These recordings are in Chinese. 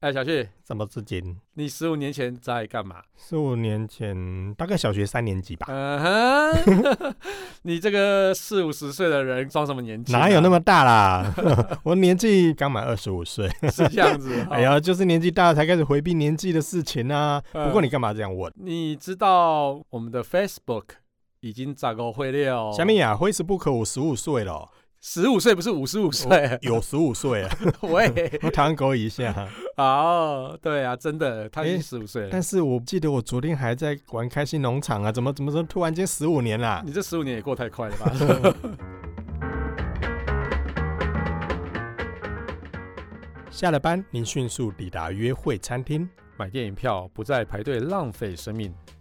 哎，小旭，什么至今？你十五年前在干嘛？四五年前，大概小学三年级吧，嗯哼， 你这个四五十岁的人装什么年纪啊、哪有那么大啦？ 我年纪刚满二十五岁，是这样子？ 哎，呀，就是年纪大了才开始回避年纪的事情啊。嗯不过你干嘛这样问？你知道我们的 Facebook 已经咋个会了？下面呀，灰是不可我十五岁了，哦十五岁不是五十五岁？有十五岁了，喂，我唐狗一下。哦，对啊，真的，他已经哎十五岁了。但是我记得我昨天还在玩开心农场啊，怎么怎么怎么突然间十五年啦？你这十五年也过太快 了吧？下了班，您迅速抵达约会餐厅，买电影票不再排队浪费生命，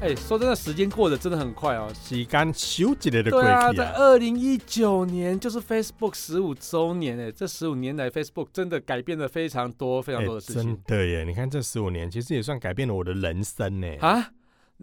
哎、说真的，时间过得真的很快哦。时间休息的就过对啊，去在啊，二零一九年就是 Facebook 十五周年哎，这十五年来 Facebook 真的改变了非常多非常多的事情、哎真的耶！你看这十五年，其实也算改变了我的人生呢。啊。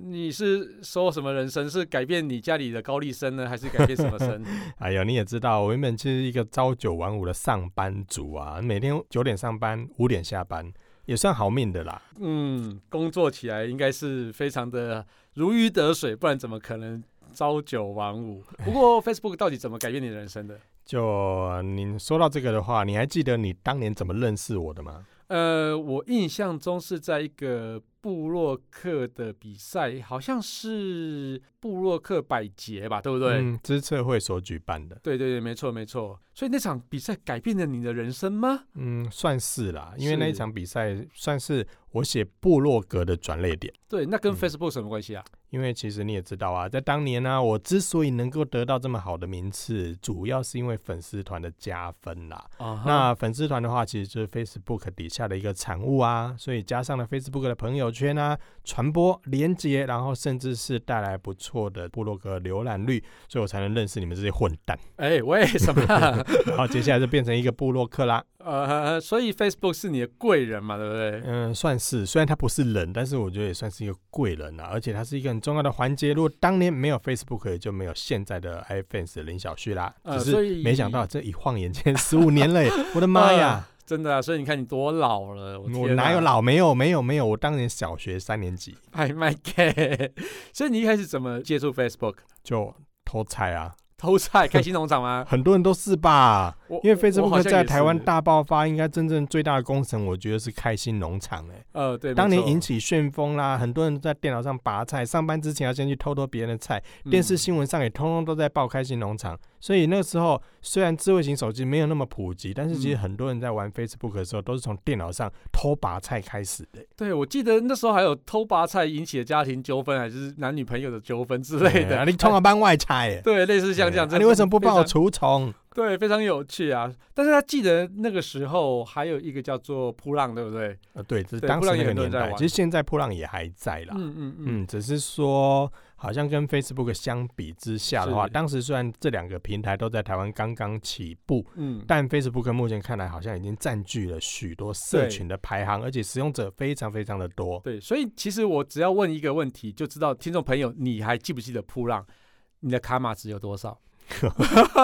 你是说什么人生？是改变你家里的高丽参呢，还是改变什么 参？哎呦，你也知道，我原本其实一个朝九晚五的上班族啊，每天九点上班，五点下班，也算好命的啦。嗯，工作起来应该是非常的如鱼得水，不然怎么可能朝九晚五？不过 Facebook 到底怎么改变你的人生的？就你说到这个的话，你还记得你当年怎么认识我的吗？呃，我印象中是在一个布洛克的比赛，好像是布洛克百节吧，对不对？嗯，知策会所举办的，对对对，没错没错。所以那场比赛改变了你的人生吗？嗯，算是啦，因为是那一场比赛算是我写部落格的转捩点。对，那跟嗯 Facebook 有什么关系啊？因为其实你也知道啊，在当年呢、我之所以能够得到这么好的名次，主要是因为粉丝团的加分啦。啊那粉丝团的话，其实就是 Facebook 底下的一个产物啊，所以加上了 Facebook 的朋友圈啊，传播、连接，然后甚至是带来不错的部落格浏览率，所以我才能认识你们这些混蛋。哎、为什么 啊？好，接下来就变成一个部落客啦。呃，所以 Facebook 是你的贵人嘛，对不对？嗯，算是，虽然他不是人，但是我觉得也算是一个贵人啦、而且他是一个很重要的环节。如果当年没有 Facebook，也就没有现在的 iFans 林小旭啦。呃，只所是以没想到这一晃眼间十五年 了耶，我的妈呀！呃真的啊，所以你看你多老了，我我天哪有啊？老？没有，没有，没有。我当年小学三年级哎，My God！所 以你一开始怎么接触 Facebook？就偷菜啊，偷菜开心农场吗？很多人都是吧？我因为我好 Facebook 像在也台湾是大爆发，应该真正最大的功臣，我觉得是开心农场哎、呃对，没当年错引起旋风啦，很多人在电脑上拔菜，上班之前要先去偷偷别人的菜。嗯电视、新闻上也通通都在报开心农场，所以那个时候虽然智慧型手机没有那么普及，但是其实嗯很多人在玩 Facebook 的时候都是从电脑上偷拔菜开始的。嗯对我记得那时候还有偷拔菜引起的家庭纠纷，还是男女朋友的纠纷之类哎的。啊你通常班外菜耶， 对，类似 像这样，哎啊真你的为什么不非帮我常除虫？对，非常有趣啊！但是他记得那个时候还有一个叫做扑浪，对不对？呃，对，这是对当扑时浪那也个很多人年在代，玩其实现在破浪也还在啦。嗯嗯嗯，嗯，只是说，好像跟 Facebook 相比之下的话，是当时虽然这两个平台都在台湾刚刚起步，嗯，但 Facebook 目前看来好像已经占据了许多社群的排行，而且使用者非常非常的 多。对，所以其实我只要问一个问题，就知道听众朋友你还记不记得扑浪？你的卡码值有多少？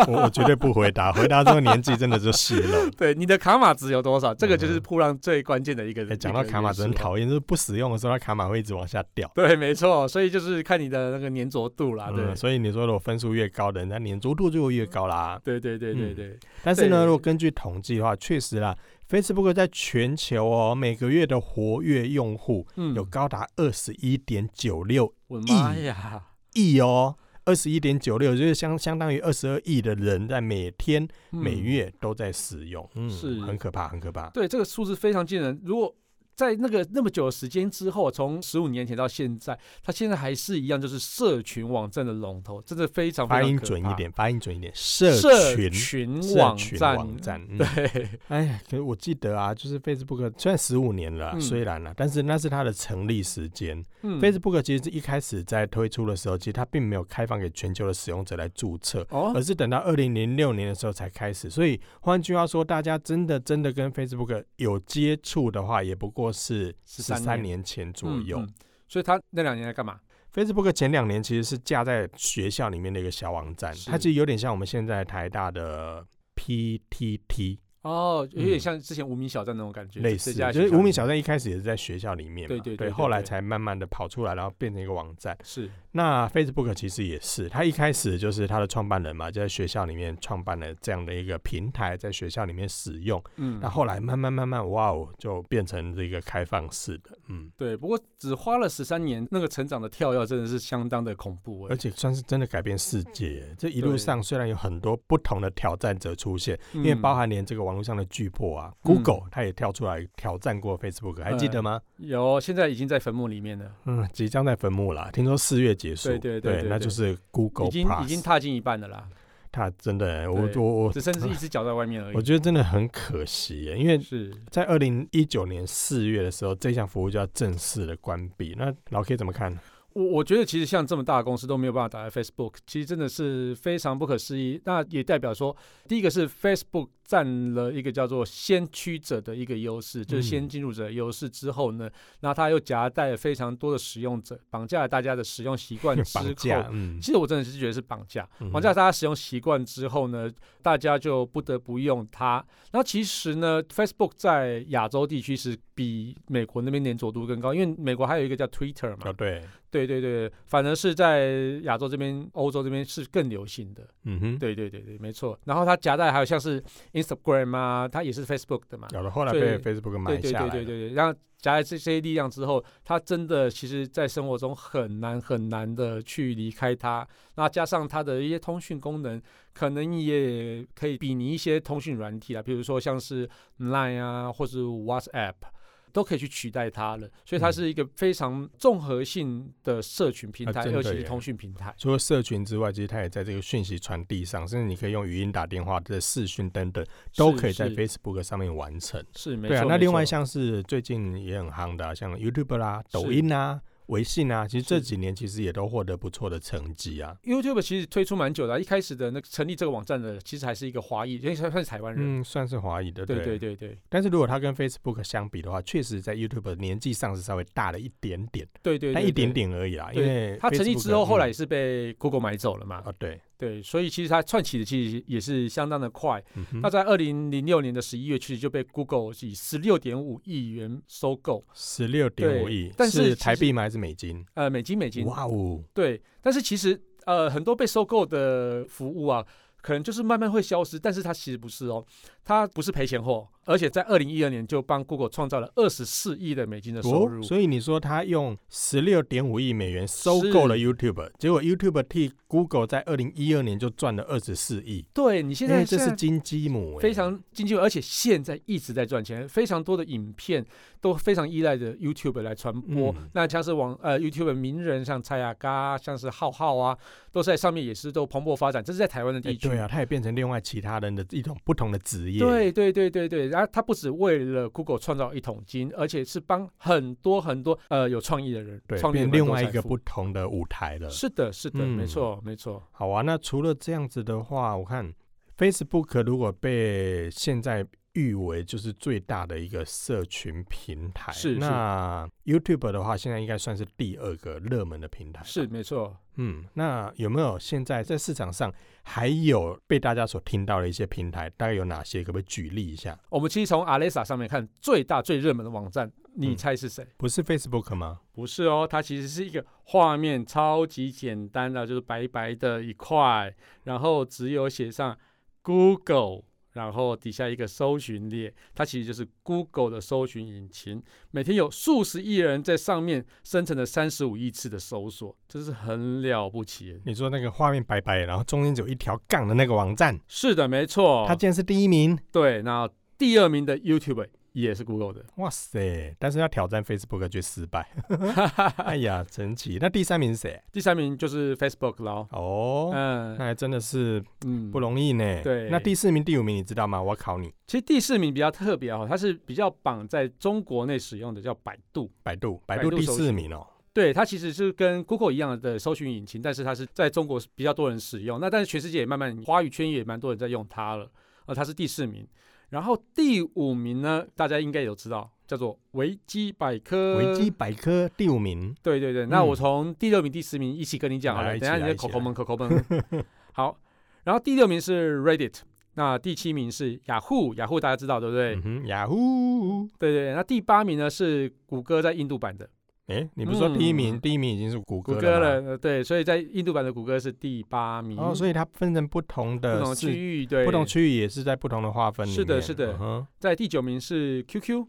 我我绝对不回答，回答这个年纪真的就泄 露。对，你的卡码值有多少？这个就是嗯扑浪最关键的一个。哎，讲一到个卡玛元真素哦讨厌，就是不使用的时候，它卡玛会一直往下掉。对，没错，所以就是看你的那个粘着度啦。啊对，嗯，所以你说如果分数越高的人，他粘着度就会越高啦。对对对对嗯对，但是呢，对如果根据统计的话，确实啦，Facebook 在全球哦每个月的活跃用户嗯，有高达二十一点九六我的妈呀，亿哦，二十一点九六就是相相当于二十二亿的人在每天每嗯月都在使用，嗯，是很可怕，很可怕。对，这个数字非常惊人。如果在那个那么久的时间之后，从十五年前到现在，它现在还是一样，就是社群网站的龙头，真的非常非发常音可准一怕。点，发音准一点，社社群群社网群站，网站，嗯对，哎呀，可是我记得啊，就是 Facebook 虽然十五年了啊、嗯虽然了、但是那是它的成立时间。嗯 Facebook 其实一开始在推出的时候，其实它并没有开放给全球的使用者来注册，哦而，是等到二零零六年的时候才开始。所以换句话说，大家真的真的跟 Facebook 有接触的话，也不过是十13三年前左右。嗯嗯所以他那两年在干嘛？ Facebook 前两年其实是架在学校里面的一个小网站，是它其实有点像我们现在台大的 PTT 哦，有嗯点像之前无名小站那种感觉，类直似，接加就学是校无名里小站一开始也是在学校里面嘛，对对对对后来对才慢慢的跑出来，然后变成一个网站。是那 Facebook 其实也是，它一开始就是它的创办人嘛，就在学校里面创办了这样的一个平台，在学校里面使用。嗯那、，后来慢慢慢慢，哇哦，就变成这个开放式的，嗯，对。不过只花了十三年，那个成长的跳跃真的是相当的恐怖欸。而且算是真的改变世界。这一路对上虽然有很多不同的挑战者出现，因因为包含连这个网络上的巨嗯破啊、g o o g l e 它也跳出来挑战过 Facebook，还记得吗？有现在已经在坟墓里面了，嗯，即将在坟墓啦，听说四月结束，对对对对那对就是 Google 已经 Plus，已经踏进一半了啦，它真的，我对我我只剩 是一只脚在外面而我已。觉得真的很可惜耶，因为是，在二零一九年四月的时候，这项服务就要正式的关闭。那老 K 怎么看？我我觉得其实像这么大的公司都没有办法打败 Facebook，其实真的是非常不可思议。那也代表说，第一个是 Facebook 占了一个叫做先驱者的一个优势，嗯就是先进入者的优势之后呢，那它又夹带了非常多的使用者，绑架了大家的使用习惯之 绑后架，。嗯，其实我真的是觉得是绑架，嗯绑架大家使用习惯之后呢，大家就不得不用它。那其实呢，Facebook 在亚洲地区是比美国那边粘着度更高，因为美国还有一个叫 Twitter 嘛哦，，对，对对对，反而是在亚洲这边、欧洲这边是更流行的。嗯哼，对对对对，没错。然后它夹带还有像是 Instagram 啊，它也是 Facebook 的嘛。有了，后来所以被 Facebook 买对对下来对对了，对对，然后夹带这些力量之后，它真的其实在生活中很难很难的去离开它。那加上它的一些通讯功能，可能也可以比拟一些通讯软体啊，比如说像是 Line 啊，或是 WhatsApp。都可以去取代它了，所以它嗯是一个非常综合性的社群平啊台，真的尤其是耶通讯平台。除了社群之外，其实它也在这个讯息传递上，甚至你可以用语音打电话、的视讯等等，都是可以在是 Facebook 上面完成。是没对错。啊，那另外像像是最近也很夯的啊、像 YouTube 啦、抖音啊、微信啊，其实这是几年其实也都获得不错的成绩啊。 YouTube 其实推出蛮久的啊、一开始的那个成立这个网站的其实还是一个华裔，因为算算是台湾人。嗯，算是华裔的，对对对对但是如果它跟 Facebook 相比的话，确实在 YouTube 年纪上是稍微大了一点点，对对，但对一点。点而已啦。因对为它成立 Facebook，之后，后来嗯也是被 Google 买走了嘛？啊，对，对，所以其实它窜起的其实也是相当的快。嗯哼那在二零零六年的十一月，其实就被 Google 以十六点五亿元收购，十六点五对亿，但是是其台实币吗？还是美金？呃，美金美金。哇哦，对，但是其实呃，很多被收购的服务啊，可能就是慢慢会消失，但是它其实不是哦，它不是赔钱货，而且在二零一二年就帮 Google 创造了二十四亿的美金的收入。哦，所以你说他用十六点五亿美元收购了 YouTube，结果 YouTube 替 Google 在二零一二年就赚了二十四亿，对你现哎在这现是在金鸡母、哎非常经济，而且现在一直在赚钱，非常多的影片都非常依赖着 YouTube 来传播。嗯那像是网呃 YouTube 名人像蔡雅嘎啊、像是浩浩啊，都是在上面也是都蓬勃发展，这是在台湾的哎地区。对啊，它也变成另外其他人的一种不同的职业，对对对对对，然后他不止为了 Google 创造一桶金，而且是帮很多很多呃有创意的人对，创立变了另很多外一财个富不同的舞台了。是的，是的，没嗯错，没错，好啊，那除了这样子的话，我看 Facebook 如果被现在誉为就是最大的一个社群平台，是是那 YouTube 的话，现在应该算是第二个热门的平台，是没错。嗯，那有没有现在在市场上还有被大家所听到的一些平台？大概有哪些？可不可以举例一下？我们其实从 Alexa 上面看，最大最热门的网站，你嗯猜是谁？不是 Facebook 吗？不是哦，它其实是一个画面超级简单的，就是白白的一块，然后只有写上 Google，然后底下一个搜寻列，它其实就是 Google 的搜寻引擎。每天有数十亿人在上面生成了三十五亿次的搜索，这是很了不起的。你说那个画面白白，然后中间只有一条杠的那个网站，是的，没错它，竟然是第一名，对。那第二名的 YouTube 也是 Google 的。哇塞！但是要挑战 Facebook 却失败， 哎呀，神奇。那第三名是谁？第三名就是 Facebook 咯。哦，嗯那还真的是嗯，不容易呢。对那第四名、第五名你知道吗？我要考你，其实第四名比较特别哦，它是比较绑在中国内使用的，叫百度。百度，百百度度第搜四名哦。对，它其实是跟 Google 一样的搜寻引擎，但是它是在中国是比较多人使用。那但是全世界也慢慢华语圈也蛮多人在用它了，呃，它是第四名。然后第五名呢，大家应该有知道，叫做维基百科。维基百科第五名，对对对，那嗯我从第六名、第十名一起跟你讲好来了，一等一起下你来的一起口口闷口口闷。 好，然后第六名是 Reddit，那第七名是雅虎，雅虎大家知道对不对？嗯哼，雅虎。对对，那第八名呢是谷歌在印度版的，哎，你不是说第一名？嗯第一名已经是谷谷歌歌了，了吗。呃对，所以在印度版的谷歌是第八名。哦，所以它分成不同不同的的市区域，对，不同区域也是在不同的划分里面。是的是的嗯哼在第九名是 QQ，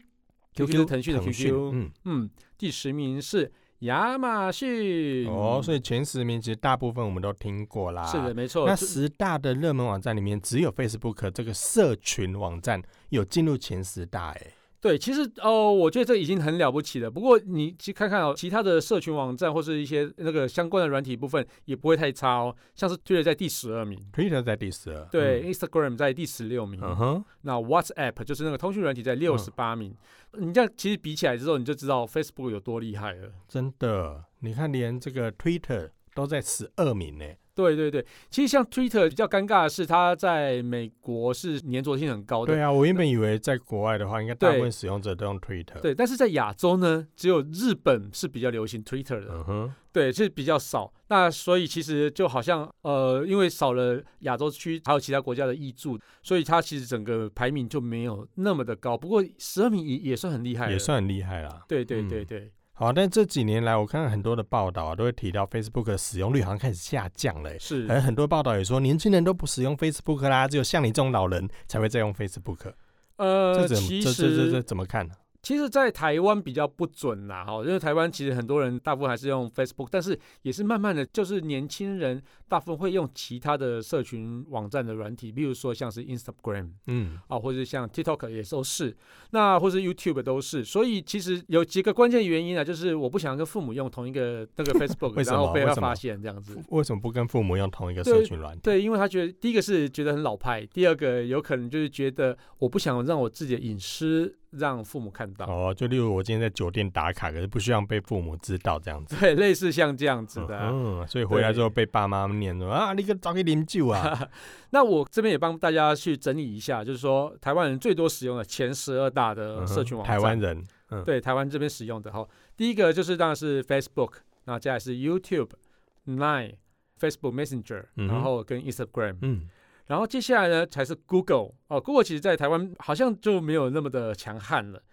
，QQ 是腾讯的 QQ，嗯，嗯，第十名是亚马逊，哦，所以以前十名其实大部分我们都听过啦。嗯是的，。没错，那这十大的热门网站里面，只有 Facebook 这个社群网站有进入前十大、哎，对，其实哦，我觉得这已经很了不起了。不过你去看看哦，其他的社群网站或是一些那个相关的软体部分也不会太差哦，像是 Twitter 在第十二名， Twitter 在第十二，对、i n s t a g r a m 在第十六名，嗯，嗯哼，那 WhatsApp 就是那个通讯软体嗯在六十八名。你这样其实比起来之后，你就知道 Facebook 有多厉害了。真的，你看连这个 Twitter 都在十二名呢、对对对，其实像 Twitter 比较尴尬的是，它在美国是粘着性很高的，对啊，我原本以为在国外的话，应该大对部分使用者都用 Twitter。，对但是在亚洲呢，只有日本是比较流行 Twitter 的，嗯哼，对，是比较少。那所以其实就好像呃，因为少了亚洲区还有其他国家的益助，所以它其实整个排名就没有那么的高。不过十二名也也算很厉害，也。算很厉害啦。对对嗯对对，好，但这几年来，我看很多的报道、啊、都会提到 Facebook 的使用率好像开始下降了、欸。是。而很多报道也说，年轻人都不使用 Facebook 啦，只有像你这种老人才会在用 Facebook。呃，这怎其么这这这这实怎么看呢、其实，在台湾比较不准啦，哈，因为台湾其实很多人大部分还是用 Facebook，但是也是慢慢的，就是年轻人大部分会用其他的社群网站的软体，比如说像是 Instagram。嗯，啊，或者像 TikTok 也都是，那或是 YouTube 都是，所以其实有几个关键原因啊，就是我不想跟父母用同一个 那个为 Facebook，什然么后被为他什么发现这样子。为什么不跟父母用同一个对社群软体？对，因为他觉得第一个是觉得很老派，第二个有可能就是觉得我不想让我自己的隐私让父母看到，哦，就例如我今天在酒店打卡，可是不希望被父母知道这样子。 对，类似像这样子的啊、嗯，所以回来之后被爸妈念说啊，你个早给啉酒 啊。那我这边也帮大家去整理一下，就是说台湾人最多使用的前十二大的社群网站，嗯台湾人，嗯，对台湾这边使用的哈。第一个就是当然是 Facebook，然后接下来是 YouTube、Line、Facebook Messenger，嗯哼然后跟 Instagram，、嗯，然后接下来呢才是 Google 哦。Google 其实在台湾好像就没有那么的强悍了。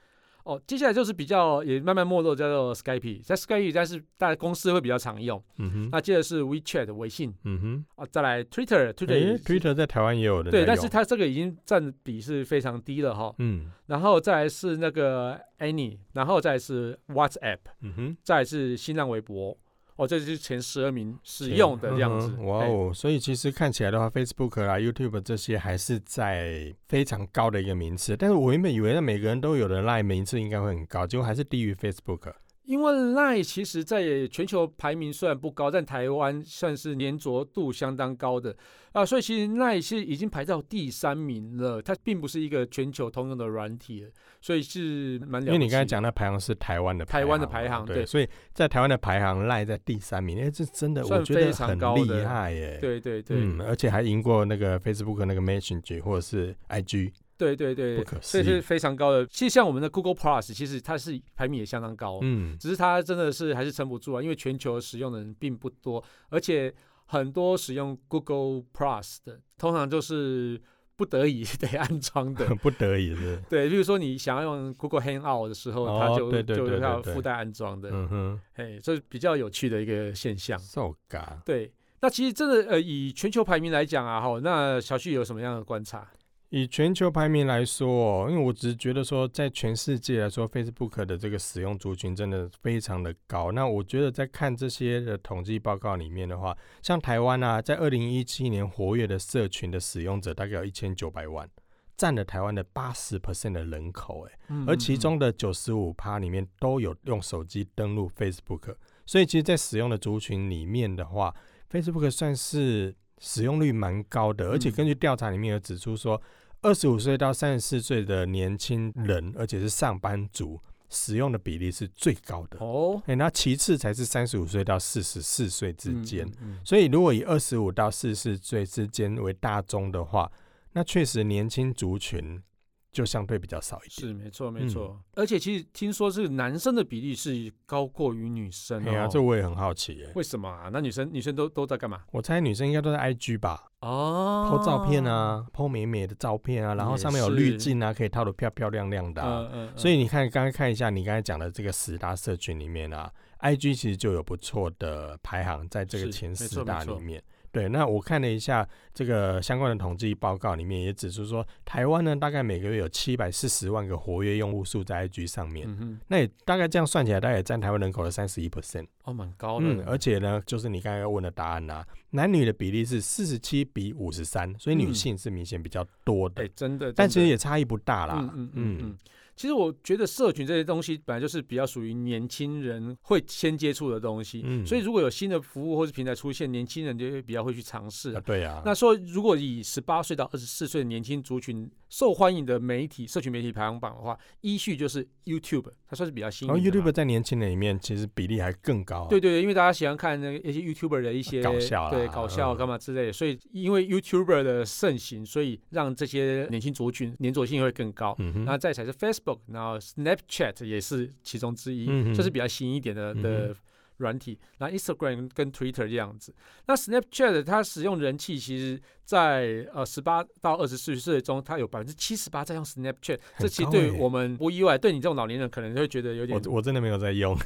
哦，接下来就是比较也慢慢没落，叫做 Skype，在 Skype 但是大家公司会比较常用。嗯哼，那接着是 WeChat 微信嗯哼。啊、哦再来 Twitter，Twitter 诶也是 Twitter 在台湾也有人在对，用但是它这个已经占比是非常低了哈。嗯然后再来是那个 Any，然后再来是 WhatsApp，嗯哼再来是新浪微博，哦，这就是前十二名使用的这样子嗯。哼哇哎，哦！所以其实看起来的话，Facebook 啦、YouTube 这些还是在非常高的一个名次。但是我原本以为那每个人都有的 Line 名次应该会很高，结果还是低于 Facebook。啊因为 Line 其实在全球排名虽然不高，但台湾算是粘着度相当高的啊，所以其实 Line 是已经排到第三名了，它并不是一个全球通用的软体了，所以是蛮了不起因为你刚才讲的排行是台湾的排行嘛台湾的排行对，对所以在台湾的排行 Line 在第三名，哎，这真的算我觉得非常很高的厉害耶。对对对、嗯，而且还赢过那个 Facebook 那个 Messenger 或者是 IG，对对不对，可所思以是议。非常高的。其实像我们的 Google Plus，其实它是排名也相当高，嗯，只是它真的是还是撑不住啊，因为全球使用的人并不多，而且很多使用 Google Plus 的，通常就是不得已 得安装的。 不得已是。对，比如说你想要用 Google Hangout 的时候，哦它就对对对就要对对附带安装的，嗯哼哎，这是比较有趣的一个现象。 ，so ga。对，那其实真的呃，以全球排名来讲啊，哈，那小旭有什么样的观察？以全球排名来说哦，因为我只是觉得说，在全世界来说，Facebook 的这个使用族群真的非常的高。那我觉得在看这些的统计报告里面的话，像台湾啊，在二零一七年活跃的社群的使用者大概有一千九百万，占了台湾的八十 percent 的人口，哎，嗯而其中的九十五趴里面都有用手机登录 Facebook，所以其实，在使用的族群里面的话，Facebook 算是使用率蛮高的，而且嗯根据调查里面有指出说，二十五岁到三十四岁的年轻人，而且是上班族，使用的比例是最高的。哦哎、那其次才是三十五岁到四十四岁之间。，嗯所以，如果以二十五到四十岁之间为大宗的话，那确实年轻族群就相对比较少一点。是没错没嗯错，而且其实听说是男生的比例是高过于女生哎呀，哦这，我也很好奇耶。为什么啊？那女生女生都都在干嘛？我猜女生应该都在 IG 吧，哦抛照片，啊，抛美美的照片啊，然后也上面有是滤镜啊，可以套的漂漂亮亮的啊、嗯嗯，所以你看，刚刚看一下你刚才讲的这个十大社群里面啊，IG 其实就有不错的排行，在这个是前没十错没大里错面。对，那我看了一下这个相关的统计报告，里面也指出说，台湾呢大概每个月有七百四十万个活跃用户数在 IG 上面，嗯哼，那也大概这样算起来，大概也占台湾人口的三十一 percent。哦，蛮高的嗯，呢，而且呢，就是你刚刚要问的答案啦、男女的比例是四十七比五十三，所以女嗯性是明显比较多的，哎，真的，但真其的实也差异不大啦。嗯嗯嗯嗯。其实我觉得社群这些东西本来就是比较属于年轻人会先接触的东西，嗯所以如果有新的服务或是平台出现，年轻人就会比较会去尝试啊。啊对啊，那说如果以十八岁到二十四岁的年轻族群受欢迎的媒体社群媒体排行榜的话，依序就是 YouTube，它算是比较新然后颖的嘛。哦 YouTube 在年轻人里面其实比例还更高、啊对，对对，因为大家喜欢看那个一些 YouTuber 的一些搞笑啦对搞笑啊嗯干嘛之类的，所以因为 YouTuber 的盛行，所以让这些年轻族群粘着性会更高。嗯哼，那再才是 Facebook，然后 Snapchat 也是其中之一，嗯哼这是比较新一点的嗯的软体。那 Instagram 跟 Twitter 这样子。那 Snapchat 它使用人气其实在呃十八到二十四岁中，它有百分之七十八在用 Snapchat，很这其实高对欸我们不意外，对你这种老年人可能会觉得有点。我我真的没有 在用，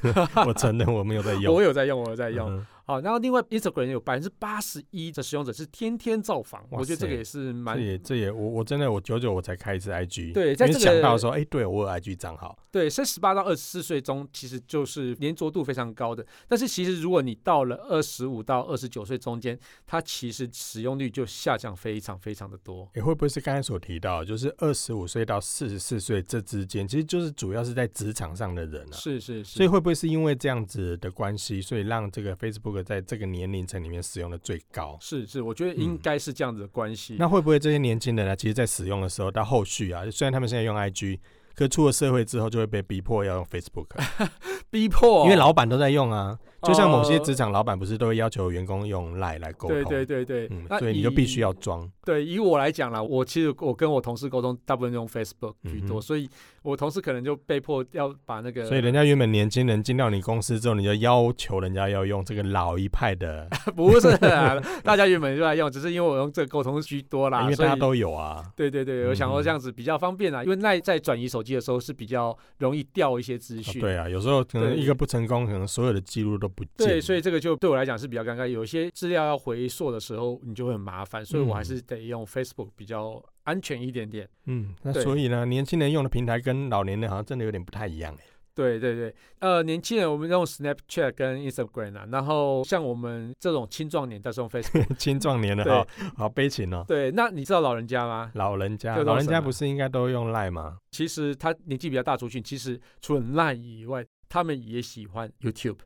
我承认我没有在用。我有在用，我有在用。嗯哼好，然后另外 Instagram 有百分之八十一的使用者是天天造访，哇我觉得这塞个也是蛮这也这也我我真的我久久我才开一次 IG，对在因为这想个到说，哎、对我有 IG 账号，对，在十八到二十四岁中，其实就是粘着度非常高的。但是其实如果你到了二十五到二十九岁中间，它其实使用率就下降非常非常的多。也、会不会是刚才所提到的，就是二十五岁到四十四岁这之间，其实就是主要是在职场上的人啊，是是是，所以会不会是因为这样子的关系，所以让这个 Facebook 在这个年龄层里面使用的最高？是是，我觉得应嗯该是这样子的关系。那会不会这些年轻人呢、其实在使用的时候，到后续啊，虽然他们现在用 IG，可出了社会之后就会被逼迫要用 Facebook，啊逼迫，因为老板都在用啊。就像某些呃职场老板不是都会要求员工用 Line 来沟通，对对对对，嗯，那所以你就必须以要装。对，以我来讲啦，我其实我跟我同事沟通，大部分用 Facebook 居嗯多，哼所以我同事可能就被迫要把那个，所以人家原本年轻人进到你公司之后，你就要求人家要用这个老一 派的， 不是 啦，大家原本就在用，只是因为我用这个沟通居多啦，因为所大以家都有啊。对对对，我想说这样子比较方便啊，因为那在转移手机的时候是比较容易掉一些资啊讯。对啊，有时候可能对一个不成功，可能所有的记录都不见了。对所以这个就对我来讲是比较尴尬。有一些资料要回溯的时候，你就会很麻烦，所以我还是得用 Facebook 比较安全一点点。嗯，那对所以呢，年轻人用的平台跟老年人好像真的有点不太一样 欸对对对，呃，年轻人我们用 Snapchat 跟 Instagram 啊，然后像我们这种青壮年，但是用 Facebook。青壮年了对哈，好悲情哦。对，那你知道老人家吗？老人家，这都老人什家么不是应该都用 Line 吗？其实他年纪比较大族群，其实除了 Line 以外，他们也喜欢 YouTube。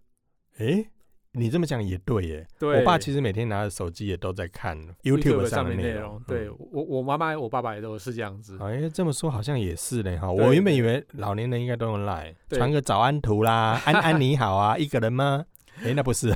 诶，你这么讲也对耶。对，我爸其实每天拿着手机也都在看 YouTube YouTube 上上的面内容。对嗯，我我妈妈我爸爸也都是这样子。哎，这么说好像也是嘞哈。对我原本以为老年人应该都用 Line，对传个早安图啦， 安安你好啊，一个人吗？哎，那不是，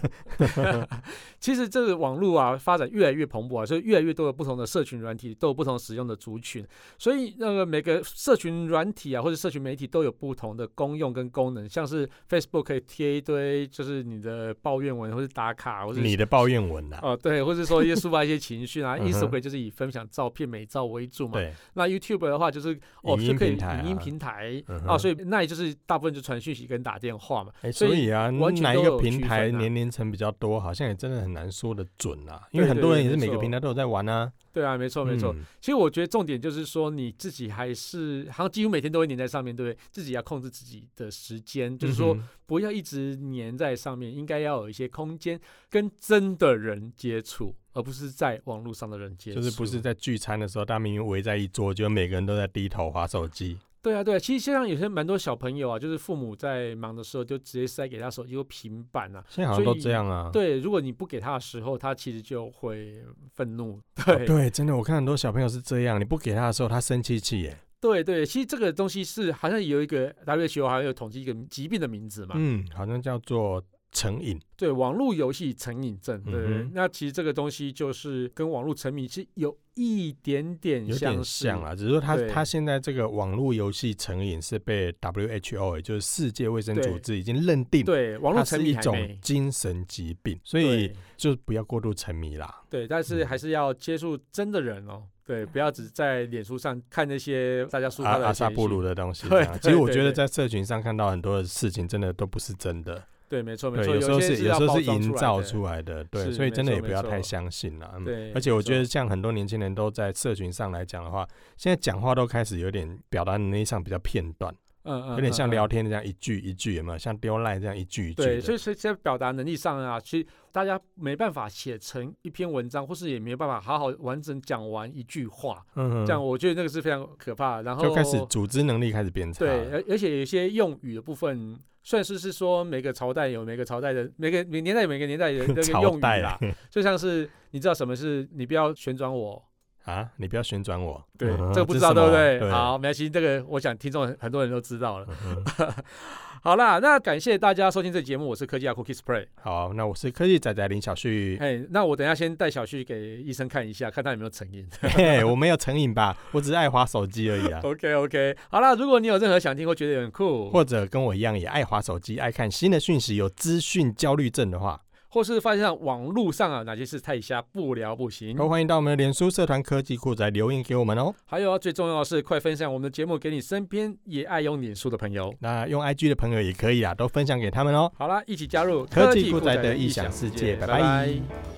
其实这个网络啊发展越来越蓬勃啊，所以越来越多的不同的社群软体都有不同使用的族群，所以那个每个社群软体啊或者社群媒体都有不同的功用跟功能，像是 Facebook 可以贴一堆就是你的抱怨文或是打卡或者你的抱怨文啊啦。 哦、对，或者说一些抒发一些情绪啊 嗯哼，Instagram 就是以分享照片美照为主嘛，对，那 YouTube 的话就是哦影音就可以平台啊影音平台嗯啊，哼所以那也就是大部分就传讯息跟打电话嘛。哎，所所以以啊，完全哪一都个有平区准啊牌年龄层比较多，好像也真的很难说的准啊，因为对很对多对人也是没每个错平台都有在玩啊。对啊，没错没错。嗯其实我觉得重点就是说，你自己还是好像几乎每天都会黏在上面，对不对？自己要控制自己的时间，就是说嗯哼不要一直黏在上面，应该要有一些空间跟真的人接触，而不是在网络上的人接触。就是不是在聚餐的时候，大家明明围在一桌，就每个人都在低头划手机。对啊，对啊，其实像有些蛮多小朋友啊，就是父母在忙的时候就直接塞给他手机或平板啊。现在好像都所以这样啊。对，如果你不给他的时候，他其实就会愤怒。哦对，对，真的，我看很多小朋友是这样，你不给他的时候，他生气气耶。对对，其实这个东西是好像有一个 WHO 好像有统计一个疾病的名字嘛，嗯，好像叫做成瘾。对，网络游戏成瘾症，对不对、嗯哼那其实这个东西就是跟网络沉迷是有一点点有相点似像，啦，啊只是说他对他现在这个网络游戏成瘾是被 WHO，也就是欸世界卫生组织已经认定，对，网它络是沉一迷还种没精神疾病，所以对就不要过度沉迷啦。对，但是嗯还是要接触真的人哦，对，不要只在脸书上看那些大家抒阿发的阿萨情布绪鲁的东西对这样，对其实我对觉得对在社群上看到很多的事情，真的都不是真的。对，没错没对，错，有时候些是有要时候包是装营来造的出来的，对，是所以没真的错也不没要太错相信了。嗯，对，而且我没觉得错像很多年轻人都在社群上来讲的话，现在讲话都开始有点表达能力上比较片段，嗯嗯，有点像嗯嗯聊天这样一句一句，有没有？像丢赖这样一句一句对，的。所以所以在表达能力上啊，其实大家没办法写成一篇文章，或是也没办法好好完整讲完一句话，嗯这样我觉得那个是非常可怕的。然后就开始组织能力开始变差。对，而而且有一些用语的部分，算是是说每个朝代有每个朝代的每个每年代有每个年代的那个 朝用语代啦，就像是你知道什么是你不要旋转我。啊，你不要旋转我。呃对，嗯哼这个不知道对不对？，是什么好，没关系，这个我想听众很很多人都知道了。嗯哼 好啦，那感谢大家收听这节目，我是科技阿 Cookie Spray。好，那我是科技仔仔林小旭。哎，那我等一下先带小旭给医生看一下，看他有没有成 瘾。嘿，我没有成瘾吧？我只是爱滑手机而已啊。 OK OK，好啦，如果你有任何想听或觉得很酷，或或者跟我一样也爱滑手机、爱看新的讯息、有资讯焦虑症的话，或是发现上网络上啊哪些事太瞎不聊不行，都欢迎到我们的脸书社团科技库来留言给我们哦。还有啊最重要的是快分享我们的节目给你身边也爱用脸书的朋友。那用 IG 的朋友也可以啊，都分享给他们哦。好啦，一起加入科技技酷酷宅宅的异异想世界拜拜拜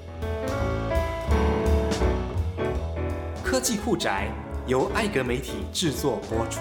科技酷宅由艾格媒体制作播出。